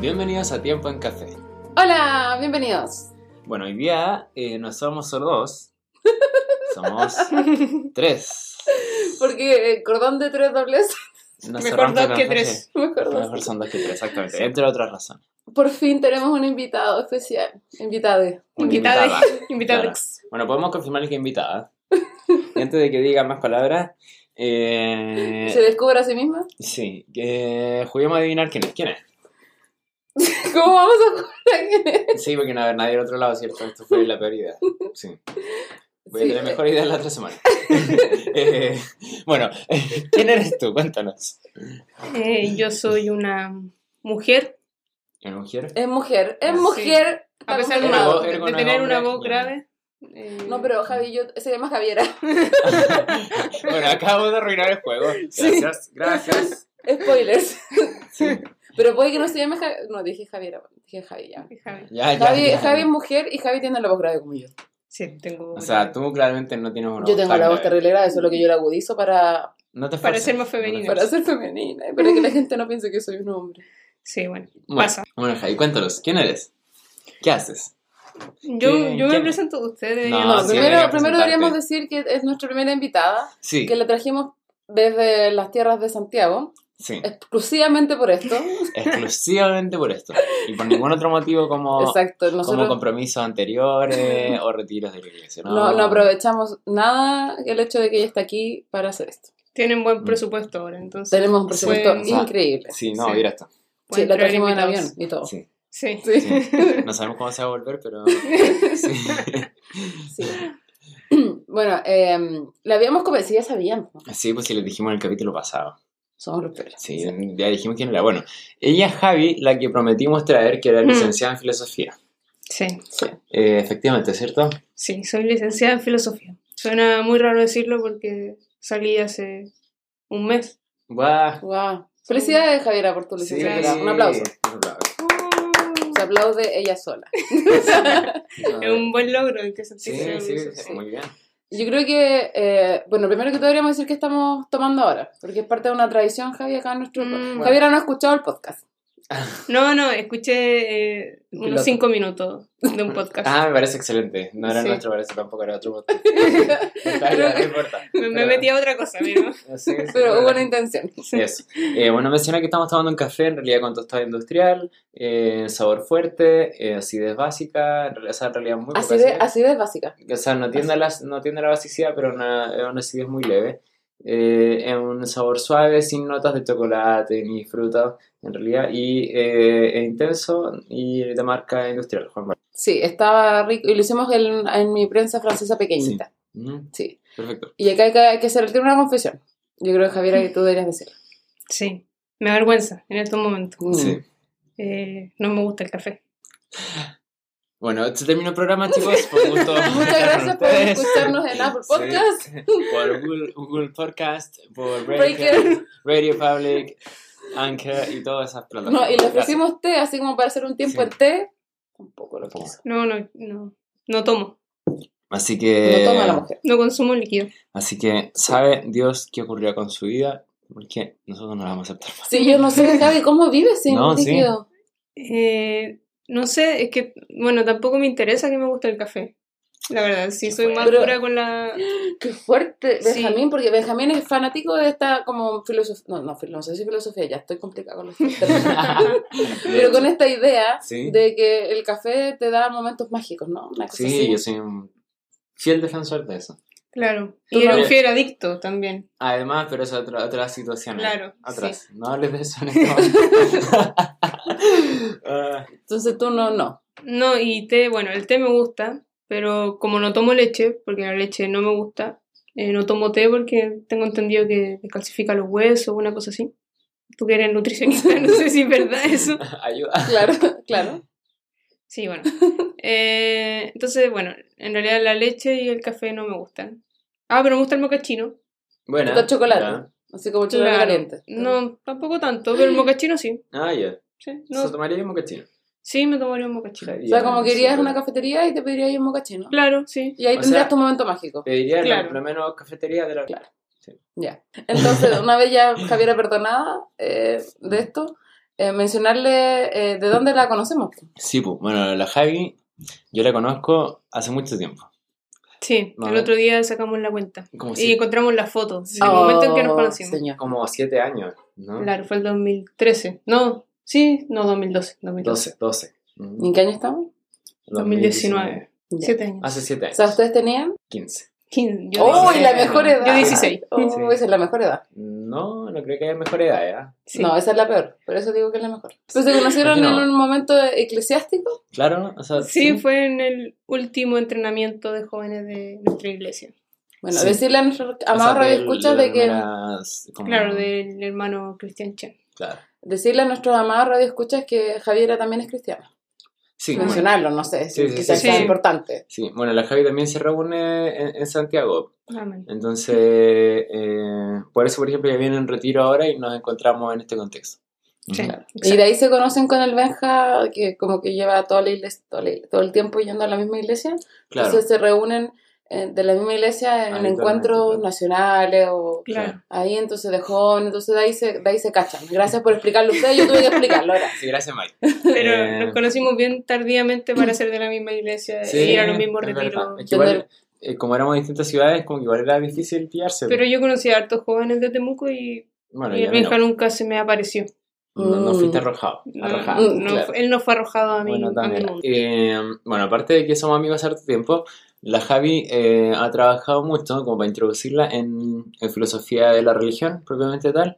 bienvenidos a Tiempo en Café. Hola, bienvenidos. Bueno, hoy día eh, no somos solo dos, somos tres. Porque eh, cordón de tres dobles. No se Mejor rompe dos la que noche. tres. Me acuerdo. Mejor son dos que tres, exactamente, entre otras razones. Por fin tenemos un invitado especial. Invitado. Una Invitada. Invitada. Claro. Bueno, podemos confirmar que invitada. Y antes de que diga más palabras, eh, ¿Se descubre a sí misma? sí, que juguemos a adivinar quién es. ¿Quién es? ¿Cómo vamos a jugar a quién es? Sí, porque no haber nadie del otro lado, ¿cierto? Esto fue la peor idea. Sí. Voy Sí. a tener mejor idea la otra semana. Eh, bueno, ¿quién eres tú? Cuéntanos. Eh, yo soy una mujer, ¿Una mujer? Es mujer, es Sí. mujer. está a pesar de, Pero una- vos congelado. de- eres de una tener una hombre, voz bueno. grave. eh, No, pero Javi, yo se llama Javiera. Bueno, acabo de arruinar el juego. Gracias, gracias. Spoilers. Sí. Pero puede que no se llame Javi. No, dije Javiera, dije Javi ya. Javi. Ya, ya, Javi, ya. Javi es mujer y Javi tiene la voz grave como yo. Sí, tengo. O sea, tú claramente no tienes una Yo tengo tan la voz grave. terrible grave, solo que yo la agudizo para, No te Para esfuerces, ser más no te femenina. para esfuerces. ser femenina y para que la gente no piense que soy un hombre. Sí, bueno. Bueno, Pasa. Bueno, Javi, cuéntanos, ¿quién eres? ¿Qué haces? Yo, yo me quién- presento a ustedes. No, No, Ah, sí, primero, debería primero presentarte. deberíamos decir que es nuestra primera invitada, Sí, que la trajimos desde las tierras de Santiago, sí, exclusivamente por esto. exclusivamente por esto. Y por ningún otro motivo como, Exacto, como nosotros compromisos anteriores o retiros de la iglesia. No, no, no aprovechamos nada el hecho de que ella está aquí para hacer esto. Tienen buen Mm. presupuesto ahora, entonces. Tenemos un presupuesto Pues, increíble. Sí, no, Sí. mira esto. Sí, pueden la traer trajimos en invitados. avión y todo. Sí. Sí, Sí. sí. No sabemos cómo se va a volver, pero... Sí. sí. bueno, eh, la habíamos convencido, ya sabían. ¿no? Sí, pues sí, les dijimos en el capítulo pasado. Somos los peores. Sí, ya dijimos quién era. Bueno, ella es Javi, la que prometimos traer, que era Mm. licenciada en filosofía. Sí, Sí. Eh, efectivamente, ¿cierto? sí, soy licenciada en filosofía. Suena muy raro decirlo porque salí hace un mes. Guau. Guau. Felicidades, Javiera, por tu licenciatura. Sí. Un aplauso. Un aplauso. Se aplaude ella sola. Es un buen logro en que Sí, sentirse sí, orgulloso, sí, muy bien. Yo creo que, eh, bueno, primero que todo deberíamos decir que estamos tomando ahora, porque es parte de una tradición, Javi, acá en nuestro... Mm, Javier bueno. no ha escuchado el podcast. No, no, escuché eh, El unos piloto. cinco minutos de un podcast. Ah, me parece excelente. No era Sí. nuestro, parece tampoco era otro. Está bien, Creo no que- importa. me, me metí a otra cosa, pero Sí, sí, pero hubo bueno. una intención. Eso. Eh, bueno, mencioné que estamos tomando un café en realidad con tostada industrial, eh, sabor fuerte, eh, acidez básica, o sea, en realidad muy poca Así de, acidez. así de básica. O sea, no tiende, a la, no tiende a la basicidad, pero una, es una acidez muy leve. Eh, es un sabor suave, sin notas de chocolate ni fruta, en realidad. Y eh, es intenso y de marca industrial, Juan Mar- Sí, estaba rico. Y lo hicimos en, en mi prensa francesa pequeñita. Mm, Sí. Perfecto. Y acá hay que, hay que hacer tiene una confesión. Yo creo, Javiera, que tú deberías decir. sí, me da vergüenza en estos momentos. Mm. Sí. Eh, no me gusta el café. Bueno, se terminó el programa, chicos. Fue un gusto Muchas estar con gracias por ustedes. escucharnos en Apple Sí. Podcast, Por Google, Google Podcast, por Breaker, Breaker. Radio Public, Anchor y todas esas plataformas. No, y le Gracias. ofrecimos té, así como para hacer un Sí. tiempo en té. Tampoco lo quiso. No, no, no. No tomo, Así No que... toma la mujer. no consumo líquido. Así que sabe Dios qué ocurrirá con su vida, porque nosotros no la vamos a aceptar más. Sí, yo no sé, Javi, ¿cómo vives sin No, sí. líquido? Eh, no sé, es que, bueno, tampoco me interesa que me guste el café. La verdad, sí, soy más Pero- dura con la... Qué fuerte, Sí. Benjamín, porque Benjamín es fanático de esta como filosofía, no, no, fil- no sé si filosofía, ya estoy complicada con los términos. pero con esta idea Sí. de que el café te da momentos mágicos, ¿no? Una cosa Sí, así. yo soy un fiel defensor de eso. Claro. Tú Y era no- un fiel adicto también. Además, pero es otra, otra Ah, situación. ¿eh? Claro, Atrás. No hables de eso en este momento. Ah, Entonces tú no, no. No, y té, bueno, el té me gusta, pero como no tomo leche, porque la leche no me gusta, eh, no tomo té porque tengo entendido que descalcifica los huesos, una cosa así. Tú que eres nutricionista, no sé si es verdad eso. ayuda. Claro, claro. Sí, bueno. Eh, entonces, bueno, en realidad la leche y el café no me gustan. Ah, pero me gusta el mocachino. Bueno. Está chocolate. ya. Así como chocolate Claro. caliente. No, tampoco tanto, pero el mocachino sí. Ah, ya. Sí, Se no, tomaría un mocachino. sí me tomaría un mocachino. O sea, como que irías querías a una cafetería y te pedirías ahí un mocachino. Claro, sí. Y ahí O tendrías sea- tu momento mágico. Pediría la- Claro. por lo menos cafetería de la... Claro. Ya. Entonces, una vez ya Javiera perdonada eh, de esto, eh, mencionarle eh, de dónde la conocemos. Sí, pues, bueno, la Javi, yo la conozco hace mucho tiempo. Sí, No, el no. otro día sacamos la cuenta Como, y si, encontramos las fotos Sí. el momento en que nos Oh, conocimos. señor. como siete años, ¿no? Claro, fue el 2013. No, sí, no, 2012. 2012. 12, 12. Mm, ¿En qué año estamos? 2019. Ya. Siete años. Hace siete O años. sea, ¿ustedes tenían? ¿15? Quin- yo ¡Oh, 16. la mejor edad! Yo 16. Oh, Sí. Esa es la mejor edad. No, no creo que haya mejor edad, ¿eh? Sí. No, esa es la peor. Por eso digo que es la mejor. Pues se conocieron Continúa. en un momento eclesiástico. Claro, o sea, Sí, fue en el último entrenamiento de jóvenes de nuestra iglesia. Bueno, Sí. decirle a nuestros O sea, amados del- radioescuchas de que... primeras, como- Claro, del hermano Cristian Chen. claro. Decirle a nuestros amados radioescuchas que Javiera también es cristiana. Sí, bueno. Mencionarlo, no sé, Sí, sí, quizás sí, sea sí. importante. Sí, bueno, la Javi también se reúne en, en Santiago. Amén. Entonces, eh, por eso, por ejemplo, ya viene en retiro ahora y nos encontramos en este contexto. Sí. Ujú. Y de ahí se conocen con el Benja, que como que lleva toda la iglesia, toda la iglesia- todo el tiempo yendo a la misma iglesia. Claro. Entonces se reúnen eh, de la misma iglesia en Habitualmente, encuentros claro. nacionales o Claro. ahí, entonces de joven, entonces de ahí, se, de ahí se cachan. Gracias por explicarlo ustedes, yo tuve que explicarlo ahora. Sí, gracias, Mike. Pero Eh, nos conocimos bien tardíamente para ser de la misma iglesia Sí, y ir a los mismos es retiros. verdad. Es que igual, eh, como éramos de distintas ciudades, como que igual era difícil pillarse. Pero yo conocí a hartos jóvenes de Temuco y, bueno, y ya el Benja no, nunca se me apareció. no, no fuiste Mm. arrojado. No, arrojado no, claro. Él no fue arrojado a mí. Bueno, a mi también. mundo. Eh, bueno, aparte de que somos amigos hace harto tiempo, la Javi eh, ha trabajado mucho como para introducirla en, en filosofía de la religión, propiamente tal,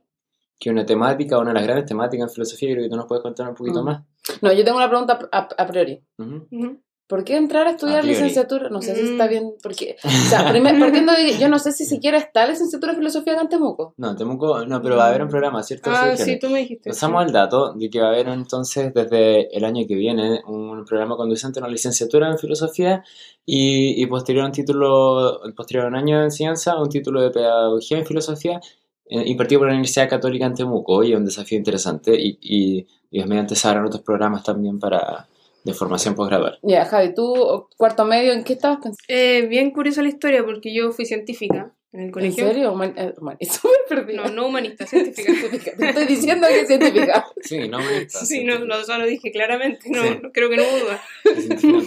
que una temática, una de las grandes temáticas en filosofía, creo que tú nos puedes contar un poquito Mm. más. No, yo tengo una pregunta a, a priori. Ujú. Ujú. ¿Por qué entrar a A estudiar priori. licenciatura? No sé si Mm. está bien, porque, o sea, primer- partiendo de que yo no sé si siquiera está licenciatura en filosofía acá en Temuco. No, Temuco, no, pero va a haber un programa, ¿cierto? Ah, Sí, sí, tú me dijiste. Pasamos al dato de que va a haber entonces desde el año que viene un programa conducente a una licenciatura en filosofía y, y posterior un título, posterior a un año de enseñanza, un título de pedagogía en filosofía eh, impartido por la Universidad Católica en Temuco y es un desafío interesante y, y, y es mediante se abren otros programas también para de formación posgradual. Ya, Javi, tú, o- cuarto medio, ¿en qué estabas pensando? Eh, bien curiosa la historia porque yo fui científica en el ¿En colegio. serio? Human- eh, human- Estoy perdida. No, no humanista, científica. Científica. Te estoy diciendo que es científica. Sí, no me gusta. sí, no, lo, ya lo dije claramente, no, Sí. no- creo que no hubo duda.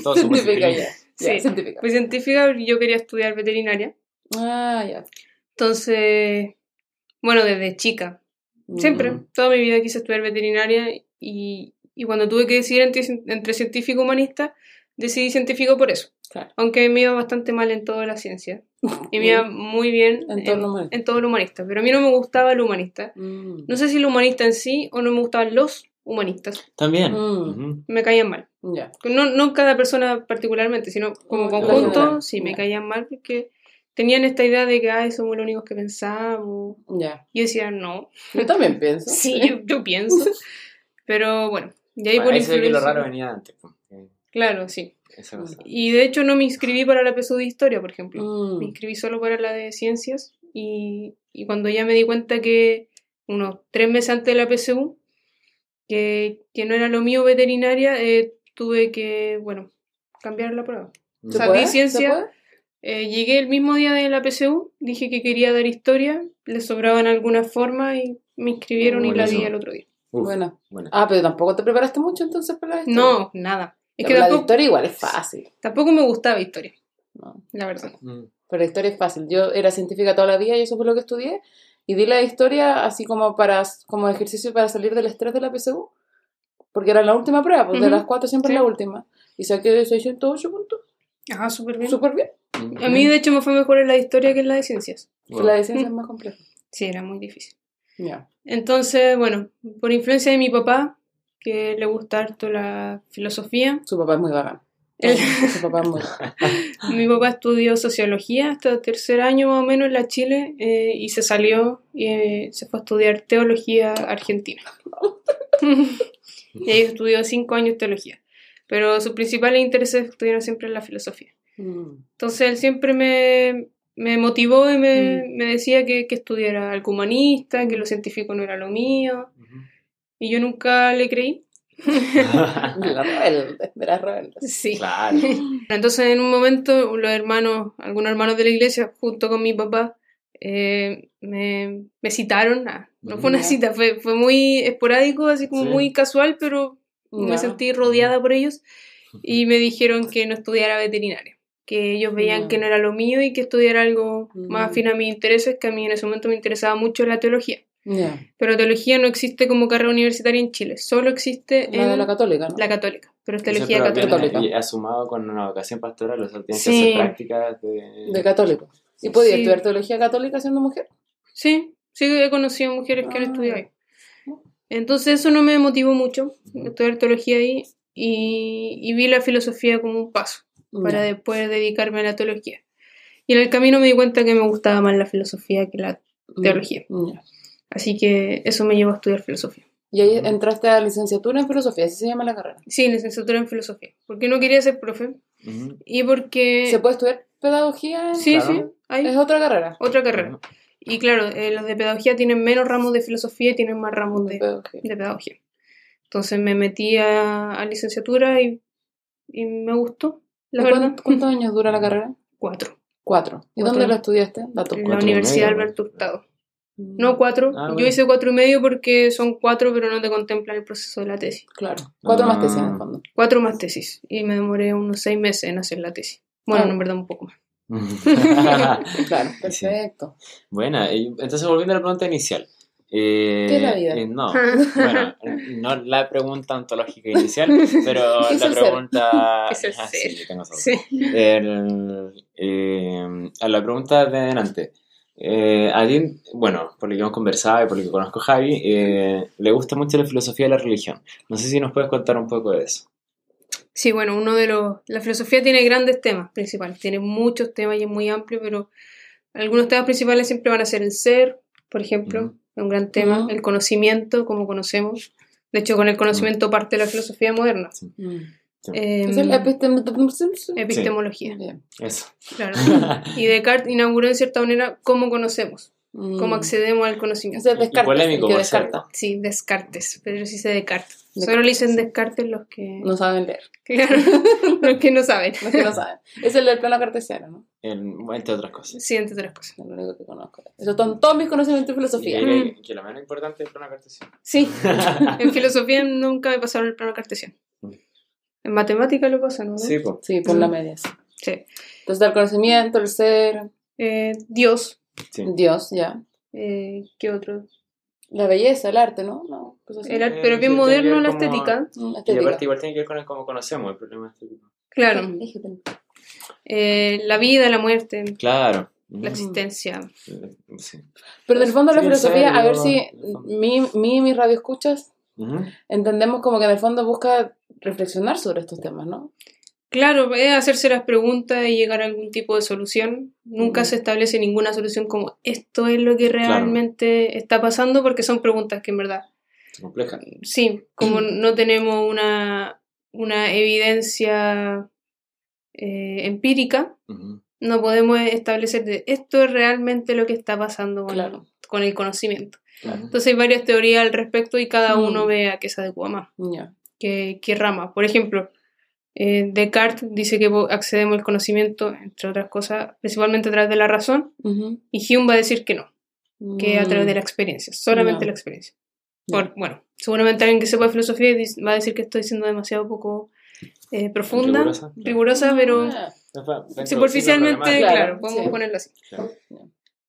Todos somos científica ya. científicos. Ya, Sí. científica. Fui científica porque yo quería estudiar veterinaria. Ah, ya. Entonces, bueno, desde chica, Mm. Siempre, Ujú. toda mi vida quise estudiar veterinaria y, y cuando tuve que decidir entre, entre científico y humanista, decidí científico por eso. Claro. Aunque me iba bastante mal en toda la ciencia y me iba muy bien En todo lo humanista. en todo lo humanista, pero a mí no me gustaba el humanista. Mm. Eh, No sé si el humanista en sí o no me gustaban los humanistas, También. Mm. Ujú. me caían mal. Ya. No, no cada persona particularmente, sino como Como en conjunto, general. sí, me Ya. caían mal porque tenían esta idea de que, ay, somos los únicos que pensamos. Ya. Yo decía, no, Yo también pienso. Sí, yo, yo pienso. Pero bueno, de ahí Bueno, por ahí se ve que lo influencia- raro venía antes. pues. Claro, sí. Esa cosa. Y de hecho no me inscribí para la PSU de historia, por ejemplo. Me Mm. inscribí solo para la de ciencias y, y cuando ya me di cuenta que unos tres meses antes de la PSU, que, que no era lo mío veterinaria, eh, tuve que, bueno, cambiar la prueba. ¿Se O sea, puede? di ¿Se ciencia. puede? Eh, llegué el mismo día de la PSU, dije que quería dar historia, le sobraban algunas formas y me inscribieron y la di Buenísimo. el otro día. Uf, Bueno. bueno. Ah, pero tampoco te preparaste mucho entonces para la historia. No, nada. Es que la tampoco, historia igual es fácil. Tampoco me gustaba historia, ¿no? la verdad. Mm. Pero la historia es fácil. Yo era científica toda la vida y eso fue lo que estudié. Y di la historia así como para como ejercicio para salir del estrés de la PSU. Porque era la última prueba, pues de Ujú. las cuatro siempre Sí. es la última. Y saqué 608 puntos. Ah, súper bien. Súper bien. A mí, de hecho, me fue mejor en la historia que en la de ciencias. Wow. Que La de ciencia Mm. es más compleja. Sí, era muy difícil. Ya. Entonces, bueno, por influencia de mi papá, que le gusta harto la filosofía, Su papá es muy bacán. él- Su papá es muy bacán. mi papá estudió sociología hasta tercer año más o menos en la Chile eh, y se salió y eh, se fue a estudiar teología a argentina. y ahí estudió cinco años teología. Pero sus principales intereses estuvieron siempre en la filosofía. Mm. Entonces él siempre me, me motivó y me, me decía que, que estudiara algo humanista, que lo científico no era lo mío. Y yo nunca le creí. La rebelde, de las rebeldes. Sí. claro. Entonces en un momento los hermanos, algunos hermanos de la iglesia, junto con mi papá, eh, me, me citaron a No fue Mm. una cita, fue, fue muy esporádico, así como Sí. muy casual, pero me Ya. sentí rodeada por ellos y me dijeron que no estudiara veterinaria, que ellos veían Ya. que no era lo mío y que estudiara algo más Mm. afín a mis intereses, que a mí en ese momento me interesaba mucho la teología. Ya. Pero teología no existe como carrera universitaria en Chile, solo existe La de en la católica, ¿no? la católica, pero es O sea, teología pero católica. viene católica. Y asumado con una vocación pastoral, o sea, tienes Sí. que hacer prácticas de... De católico. ¿Y podía Sí. estudiar teología católica siendo mujer? Sí, sí he conocido mujeres que han Ah. estudiado ahí. Entonces eso no me motivó mucho, Ujú. estudiar teología ahí y, y vi la filosofía como un paso para Ya. después dedicarme a la teología. Y en el camino me di cuenta que me gustaba más la filosofía que la... teología. Ya. Así que eso me llevó a estudiar filosofía. Y ahí Ujú. entraste a licenciatura en filosofía, así se llama la carrera. Sí, licenciatura en filosofía, porque no quería ser profe Ujú. y porque... ¿Se puede estudiar pedagogía? en- Sí, Claro. sí, ahí. Es otra carrera. Otra carrera. Y claro, eh, los de pedagogía tienen menos ramos de filosofía y tienen más ramos de, Pedagogía. de pedagogía. Entonces me metí a, a licenciatura y, y me gustó, la ¿Y cuán- verdad. ¿Cuántos años dura la carrera? Cuatro. Cuatro. ¿Y Cuatro. dónde la estudiaste? Dato. En Ah, la Cuatro y Universidad medio, ¿no? Alberto Hurtado. No cuatro. Ah, Yo bueno. hice cuatro y medio porque son cuatro, pero no te contemplan el proceso de la tesis. Claro. Cuatro más tesis en Ah. el fondo. Cuatro más tesis. Y me demoré unos seis meses en hacer la tesis. Bueno, Ah. en verdad un poco más. Claro, perfecto. Bueno, y entonces volviendo a la pregunta inicial. Eh, ¿Qué es la vida? eh, no, bueno, no la pregunta ontológica inicial, pero ¿Qué es la el ser? pregunta... ¿Qué es el Ah, sí, ser? yo tengo esa duda. Sí. El, eh, a la pregunta de delante. Eh, a ti, bueno, por lo que hemos conversado y por lo que conozco a Javi, eh, le gusta mucho la filosofía de la religión. No sé si nos puedes contar un poco de eso. Sí, bueno, uno de los... La filosofía tiene grandes temas principales, tiene muchos temas y es muy amplio, pero algunos temas principales siempre van a ser el ser, por ejemplo, Ujú. es un gran tema, Ujú. el conocimiento, como conocemos. De hecho, con el conocimiento parte la filosofía moderna. Eh, Es el epistem- epistemología, Bien. Eso. claro. Y Descartes inauguró en cierta manera cómo conocemos, cómo Mm. accedemos al conocimiento. Ese es Descartes, polémico el que por ser. descarta. Sí, Descartes, pero yo sí sé Descartes. Descartes, Solo le dicen sí. Descartes los que, No saben leer, claro, los que no saben. los que no saben. Es el del plano cartesiano, ¿no? En- entre otras cosas. Sí, entre otras cosas. Es lo único que conozco. Esos son todos mis conocimientos Y de filosofía. diría que- que lo menos importante es el plano cartesiano. Sí, en filosofía nunca me pasaron el plano cartesiano. En matemática lo pasan, ¿no? Sí, pues. Sí, por la media. sí. Sí. Entonces, el conocimiento, el ser, Eh, Dios, Sí. Dios, ya. eh, ¿qué otro? La belleza, el arte, ¿no? no cosas así. El arte, Eh, pero bien sí, moderno tiene la que ver como- estética. Mm, Y estética. aparte igual tiene que ver con el cómo conocemos el problema este estético. Claro. Eh, la vida, la muerte, Claro. la existencia. Ujú. Sí. Pero del fondo la Sí, en filosofía, a serio, ver si en fondo. mi, mi, mis radioescuchas Ujú. entendemos como que en el fondo busca reflexionar sobre estos temas, ¿no? Claro, es hacerse las preguntas y llegar a algún tipo de solución. Nunca Mm. se establece ninguna solución como esto es lo que realmente está pasando, porque son preguntas que en verdad Es compleja. Sí, como no tenemos una, una evidencia eh, empírica, Ujú. no podemos establecer de esto es realmente lo que está pasando con, Claro. con el conocimiento. Claro. Entonces hay varias teorías al respecto y cada Mm. uno ve a qué se adecua más, Ya. qué, qué rama. Por ejemplo, eh, Descartes dice que po- accedemos al conocimiento, entre otras cosas, principalmente a través de la razón, Ujú. y Hume va a decir que no, que a través de la Mm. experiencia, solamente Ya. la experiencia. Ya. Por- bueno, seguramente alguien que sepa de filosofía dis- va a decir que estoy siendo demasiado poco eh, profunda, Rigurosa. rigurosa, pero Ah, No, pa- pa- superficialmente, introducir este, claro, la Claro, podemos sí. ponerlo así. problemática.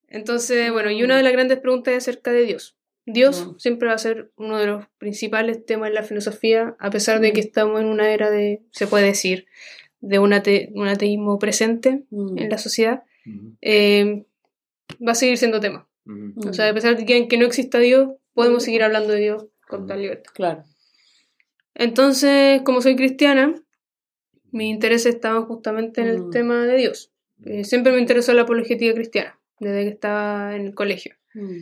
Entonces, bueno, y una de las grandes preguntas es acerca de Dios. Dios Mm. siempre va a ser uno de los principales temas en la filosofía, a pesar Mm. de que estamos en una era de, se puede decir, de un, ate- un ateísmo presente mm. en la sociedad, Ujú. eh, va a seguir siendo tema. Ujú. Mm. O sea, a pesar de que, que no exista Dios, podemos Mm. seguir hablando de Dios con Mm. tal libertad. Claro. Entonces, como soy cristiana, mis intereses estaban justamente en el Mm. tema de Dios. Eh, siempre me interesó la apologética cristiana, desde que estaba en el colegio. Mm.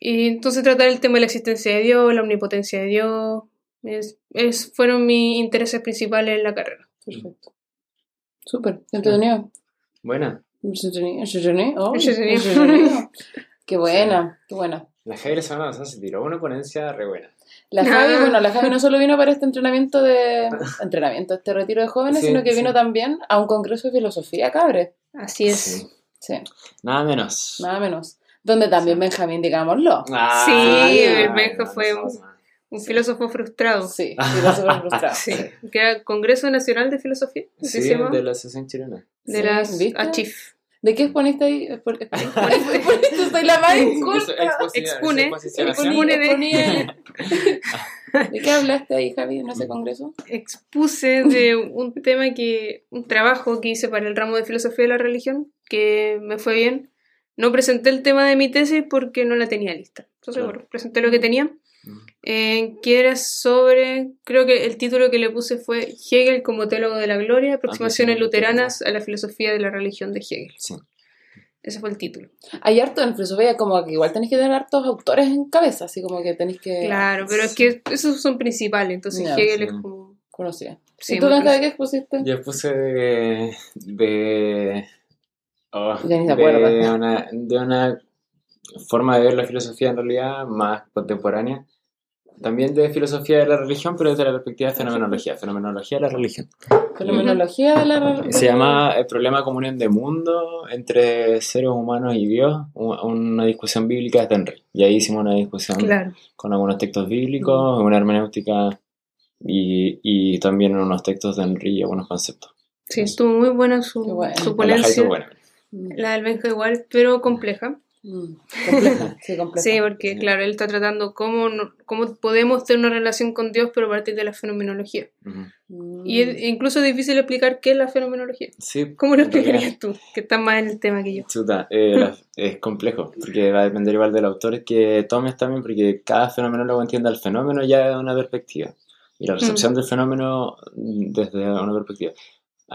Y entonces tratar el tema de la existencia de Dios, la omnipotencia de Dios, es, es- fueron mis intereses principales en la carrera. Perfecto. Súper, entretenido. Buena. Entretenido, entretenido, oh, Entretenido. entretenido. Qué buena, qué buena. La Javier la semana pasada se tiró una ponencia re buena. La Ah. Javi, bueno, la Javi no solo vino para este entrenamiento de entrenamiento, este retiro de jóvenes, Sí, sino que vino sí. también a un congreso de filosofía, cabre. Así es. Sí. Sí, Nada menos. nada menos. donde también Benjamín, digámoslo. Ah, Sí, el Benja fue no, un- no. Un filósofo frustrado. Sí, filósofo frustrado. Sí. Que era Congreso Nacional de Filosofía. ¿así Sí, se llama? de la Asociación Chilena. De Sí, las ¿viste? ACHIF. ¿De qué exponiste ahí? Expon- Exponiste, soy la más Eso, inculta. exposición, expone, exposición. expone. Exponí- exponí- ¿De qué hablaste ahí, Javi, en ese congreso? Expuse de un tema que, un trabajo que hice para el ramo de filosofía de la religión, que me fue bien. No presenté el tema de mi tesis porque no la tenía lista. Entonces, Claro. bueno, presenté lo que tenía, Mm. eh, que era sobre, creo que el título que le puse fue Hegel como teólogo de la Ah, gloria, aproximaciones Aproximaciones luteranas a la filosofía de la religión de Hegel. Sí. Ese fue el título. Hay harto en filosofía, como que igual tenéis que tener hartos autores en cabeza, así como que tenéis que Claro, pero es que esos son principales, entonces Ya, Hegel sí. es como... conocer. sí, ¿Y tú, muy Blanca, de qué expusiste? Yo puse de. de. oh, Ya ni de, se acuerda. una, de una forma de ver la filosofía en realidad más contemporánea. También de filosofía de la religión, pero desde la perspectiva de fenomenología. Fenomenología de la religión. Fenomenología de la... Se llama El problema comunión de mundo entre seres humanos y Dios, u- una discusión bíblica de Henry. Y ahí hicimos una discusión Claro. con algunos textos bíblicos, una hermenéutica y, y también unos textos de Henry y algunos conceptos. Sí, estuvo muy buena su, Qué bueno. su La Haiku, ponencia. bueno. Mm, La del Benja igual, pero compleja. mm, compleja, sí, compleja. Sí, porque claro, él está tratando cómo, no- cómo podemos tener una relación con Dios, pero a partir de la fenomenología. Ujú. Mm. Y es- incluso es difícil explicar qué es la fenomenología. Sí. ¿Cómo lo en realidad, explicarías tú? Que estás más en el tema que yo. chuta, eh, la- es complejo, porque va a depender igual del autor que tomes también, porque cada fenomenólogo entiende el fenómeno ya de una perspectiva, y la recepción del fenómeno mm, desde una perspectiva.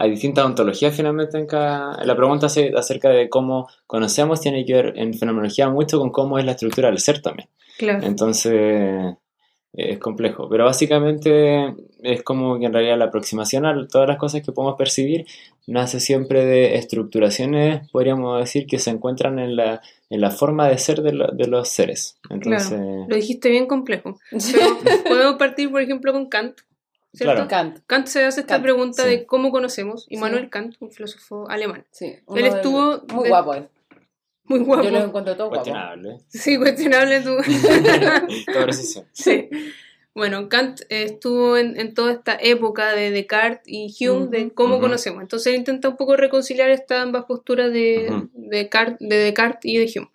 Hay distintas ontologías finalmente en cada... La pregunta ace- acerca de cómo conocemos tiene que ver en fenomenología mucho con cómo es la estructura del ser también. Claro. Entonces eh, es complejo, pero básicamente es como que en realidad la aproximación a todas las cosas que podemos percibir nace siempre de estructuraciones, podríamos decir, que se encuentran en la, en la forma de ser de, lo- de los seres. Entonces, Lo dijiste bien complejo. Pero podemos partir, por ejemplo, con Kant. ¿Cierto? Claro. Kant, Kant se hace esta Kant, pregunta sí. de cómo conocemos. Y Sí. Manuel Kant, un filósofo alemán. sí. uno Él del- estuvo Muy de- guapo él. Muy guapo. Yo lo encuentro todo guapo. cuestionable. Sí, cuestionable tú. Toda precisión. Sí. Bueno, Kant eh, estuvo en, en toda esta época de Descartes y Hume, de Ujú. cómo Ujú. conocemos. Entonces él intenta un poco reconciliar estas ambas posturas de, Ujú. de, Cart- de Descartes y de Hume.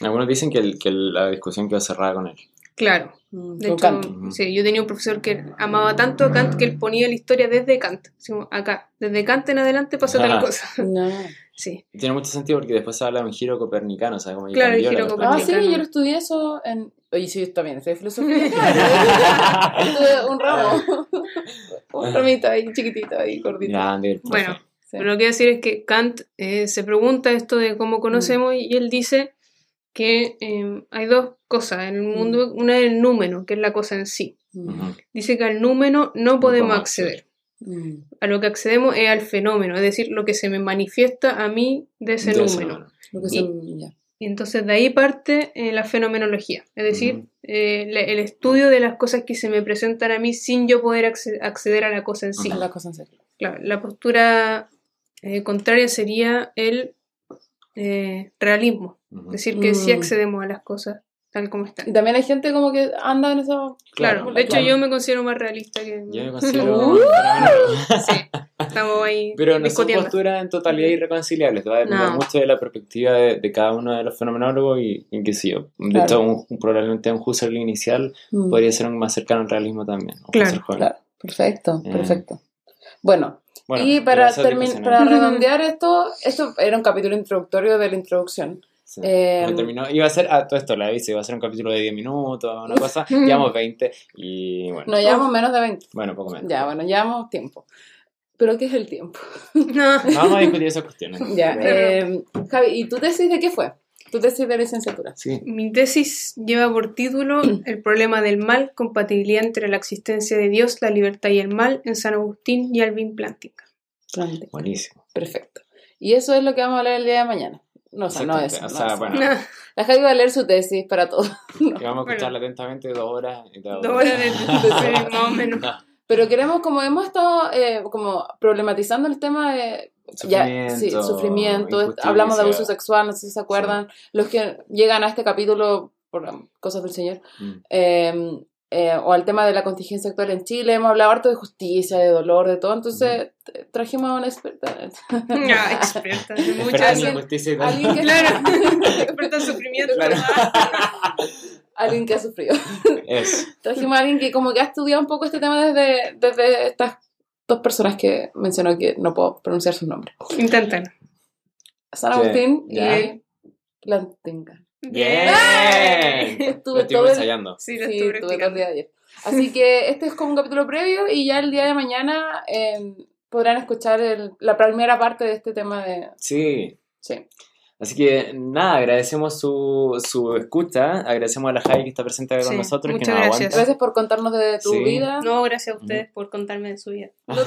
Algunos dicen que, el- que la discusión quedó cerrada con él. Claro. Mm, De con hecho, Kant. Ujú. sí, yo tenía un profesor que amaba tanto a Kant que él ponía la historia desde Kant. así como acá, desde Kant en adelante pasa tal Ajá. cosa. No. Sí, Tiene mucho sentido porque después se habla de un giro copernicano, ¿sabes? Como que Claro, el cambió la giro perspectiva. Ah, sí, Copernicano. yo lo estudié eso en... Oye, sí, yo también estudié filosofía. Estuve un ramo. un ramito ahí, chiquitito ahí, gordito. Grande el profe. Bueno, Sí. Pero lo que quiero decir es que Kant eh, se pregunta esto de cómo conocemos y él dice que eh, hay dos cosas en el mundo. Una es el número, que es la cosa en sí. Mm, Ujú. Dice que al número no podemos podemos acceder. mm. A lo que accedemos es al fenómeno, es decir, lo que se me manifiesta a mí de ese Ya, número. fenómeno. Lo que Y- son- ya. Y entonces de ahí parte eh, la fenomenología, es decir, Ujú. eh, la- el estudio de las cosas que se me presentan a mí sin yo poder acce- acceder a la cosa en sí. Ujú. La cosa en serio. Claro, la postura eh, contraria sería el eh, realismo, Ujú. es decir, que sí Mm. accedemos a las cosas tal como Y están. también hay gente como que anda en eso. Claro, Claro, de hecho claro. yo me considero más realista que... Yo me considero. Uh. Sí, estamos ahí Pero no son discutiendo. posturas en totalidad Mm. irreconciliables, va a depender No. mucho de la perspectiva de, de cada uno de los fenomenólogos y, y qué sé yo. De Claro. hecho, un- un- probablemente un Husserl inicial Mm. podría ser un más cercano al realismo también. un Claro, Husserl joven. Claro, perfecto, Eh. perfecto. Bueno, Bueno, y pero para, eso es termin- discusión, ¿eh? para redondear esto, esto era un capítulo introductorio de la introducción. Sí. eh, Pero terminó- Iba a ser, a todo esto le aviso, iba a ser un capítulo de 10 minutos, una cosa, llevamos 20 y bueno, No llevamos menos de 20. bueno, poco menos. Ya, bueno, llevamos tiempo. ¿Pero qué es el tiempo? No, Vamos a discutir esas cuestiones. Ya, Pero- eh, Javi, ¿y tu tesis de qué fue? Tu tesis de licenciatura. Sí, mi tesis lleva por título El problema del mal, compatibilidad entre la existencia de Dios, la libertad y el mal en San Agustín y Alvin Plantinga. buenísimo. Perfecto. Y eso es lo que vamos a hablar el día de mañana. No, o sea, no Exactamente, eso. o no sea, eso. bueno. No, La Javi va a leer su tesis para todo. Y vamos a Bueno. escucharla atentamente dos horas y tal. dos horas de- sí, más o menos. No. Pero queremos, como hemos estado eh, como problematizando el tema de ya, sí, sufrimiento, est- hablamos de abuso injusticia. sexual, no sé si se acuerdan, los que llegan a este capítulo por um, cosas del Señor, Mm. eh, eh, o al tema de la contingencia actual en Chile, hemos hablado harto de justicia, de dolor, de todo, entonces t- trajimos a una experta, Ah, experta de Experta en muchas. Alguien- injusticia y tal. alguien que, Claro, experta en sufrimiento. Claro. alguien que ha sufrido, Eso. trajimos a alguien que como que ha estudiado un poco este tema desde, desde estas dos personas que mencionó que no puedo pronunciar sus nombres, Intentan. San Sí, Agustín ya. y Plantinga. ¡Bien! Lo Estuve estuvimos todo el, ensayando. Sí, lo Sí, estuve tuve todo el practicando. día de ayer. Así que este es como un capítulo previo y ya el día de mañana eh, podrán escuchar el- la primera parte de este tema de... Sí. Sí, Así que nada, agradecemos su, su escucha, agradecemos a la Jai que está presente acá con Sí, nosotros, que muchas nos gracias. aguanta. gracias por contarnos de tu Sí. vida. No, gracias a ustedes por contarme de su vida. Así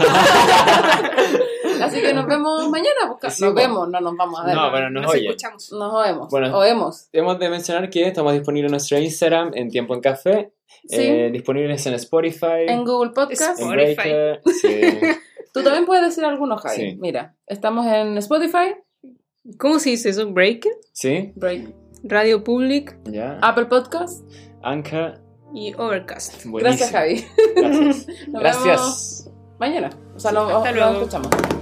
que nos vemos mañana. busca- Sí, nos bueno. vemos, no nos vamos a ver. No, Ah, bueno, nos oyen. escuchamos. Nos oemos. Bueno. Oemos. Hemos de mencionar que estamos disponibles en nuestro Instagram, en Tiempo en Café, Sí. eh, disponibles en Spotify, En Google Podcast. en Spotify. Breaker, sí. Tú también puedes decir algunos, Javi. Sí. Mira, estamos en Spotify, ¿Cómo se dice eso? Break, sí, Break, Radio Public ya, Apple Podcast. Anchor, y Overcast. buenísimo. Gracias, Javi. Gracias. Nos Gracias. vemos mañana. O sea, nos- Hasta nos luego. escuchamos.